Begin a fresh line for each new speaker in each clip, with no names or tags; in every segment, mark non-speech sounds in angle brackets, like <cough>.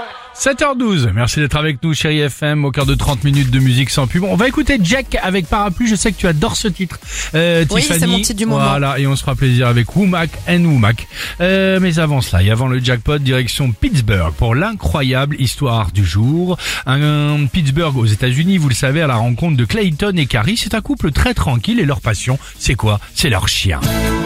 7h12, merci d'être avec nous chérie FM au cœur de 30 minutes de musique sans pub. On va écouter Jack avec Parapluie, je sais que tu adores ce titre. Euh,
Oui,
Tiffany,
c'est mon titre du moment.
Voilà, et on se fera plaisir avec Woomac and Woomac. Euh, mais avant cela, et avant le jackpot, direction Pittsburgh pour l'incroyable histoire du jour. Un, Pittsburgh aux états unis vous le savez, à la rencontre de Clayton et Carrie, c'est un couple très tranquille et leur passion, c'est quoi C'est leur chien.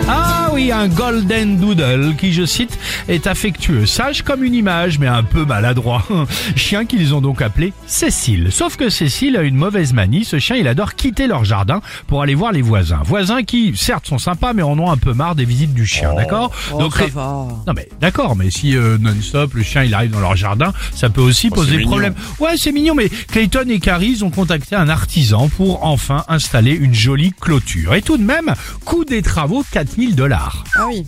Ah oui, un Golden Doodle qui, je cite, est affectueux, sage comme une image, mais un peu maladroit. <laughs> Chien qu'ils ont donc appelé Cécile. Sauf que Cécile a une mauvaise manie. Ce chien, il adore quitter leur jardin pour aller voir les voisins. Voisins qui, certes, sont sympas, mais en ont un peu marre des visites du chien, d'accord
Oh,
Donc, ré- non mais d'accord, mais si euh, non-stop le chien il arrive dans leur jardin, ça peut aussi poser problème. Ouais, c'est mignon, mais Clayton et Carrie ils ont contacté un artisan pour enfin installer une jolie clôture. Et tout de même, coût des travaux 4000 dollars.
Ah oui.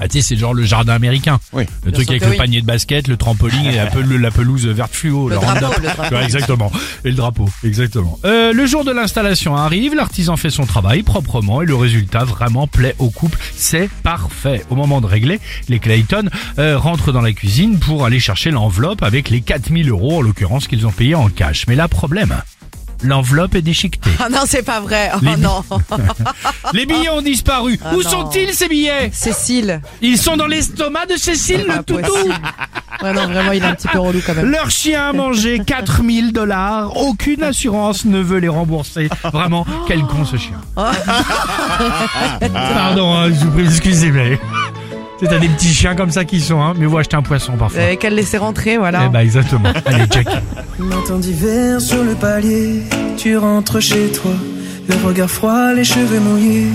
Ah, tu sais, c'est genre le jardin américain.
Oui.
Le truc
sûr
avec
que
le
oui.
panier de basket, le trampoline et la, pel- la pelouse verte fluo.
Le
le
drapeau,
round-up.
le drapeau.
Ouais, exactement. Et le drapeau, exactement. Euh, le jour de l'installation arrive, l'artisan fait son travail proprement et le résultat vraiment plaît au couple. C'est parfait. Au moment de régler, les Clayton euh, rentrent dans la cuisine pour aller chercher l'enveloppe avec les 4000 euros, en l'occurrence, qu'ils ont payé en cash. Mais là, problème, l'enveloppe
<laughs>
est déchiquetée.
Ah non, c'est pas vrai. Oh
Les-
non.
les billets ont disparu.
Ah
Où
non.
sont-ils, ces billets
Cécile.
Ils sont dans l'estomac de Cécile, le
Pas
toutou
possible. Ouais, non, vraiment, il est un petit peu relou quand même.
Leur chien
<laughs>
a mangé 4000 dollars. Aucune assurance ne veut les rembourser. Vraiment, quel con
<laughs>
ce chien. Pardon, hein, je vous prie, excusez, mais. C'est à des petits chiens comme ça qui sont, hein. Mais vous achetez un poisson
Vous
parfois.
avez qu'à le laisser rentrer, voilà.
Eh ben, exactement. Allez, Jack.
Matin d'hiver sur le palier, tu rentres chez toi, le regard froid, les cheveux mouillés.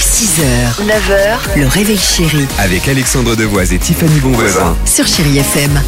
6h, 9h, le réveil chéri
Avec Alexandre Devoise et Tiffany Bonvoisin.
sur Chéri FM.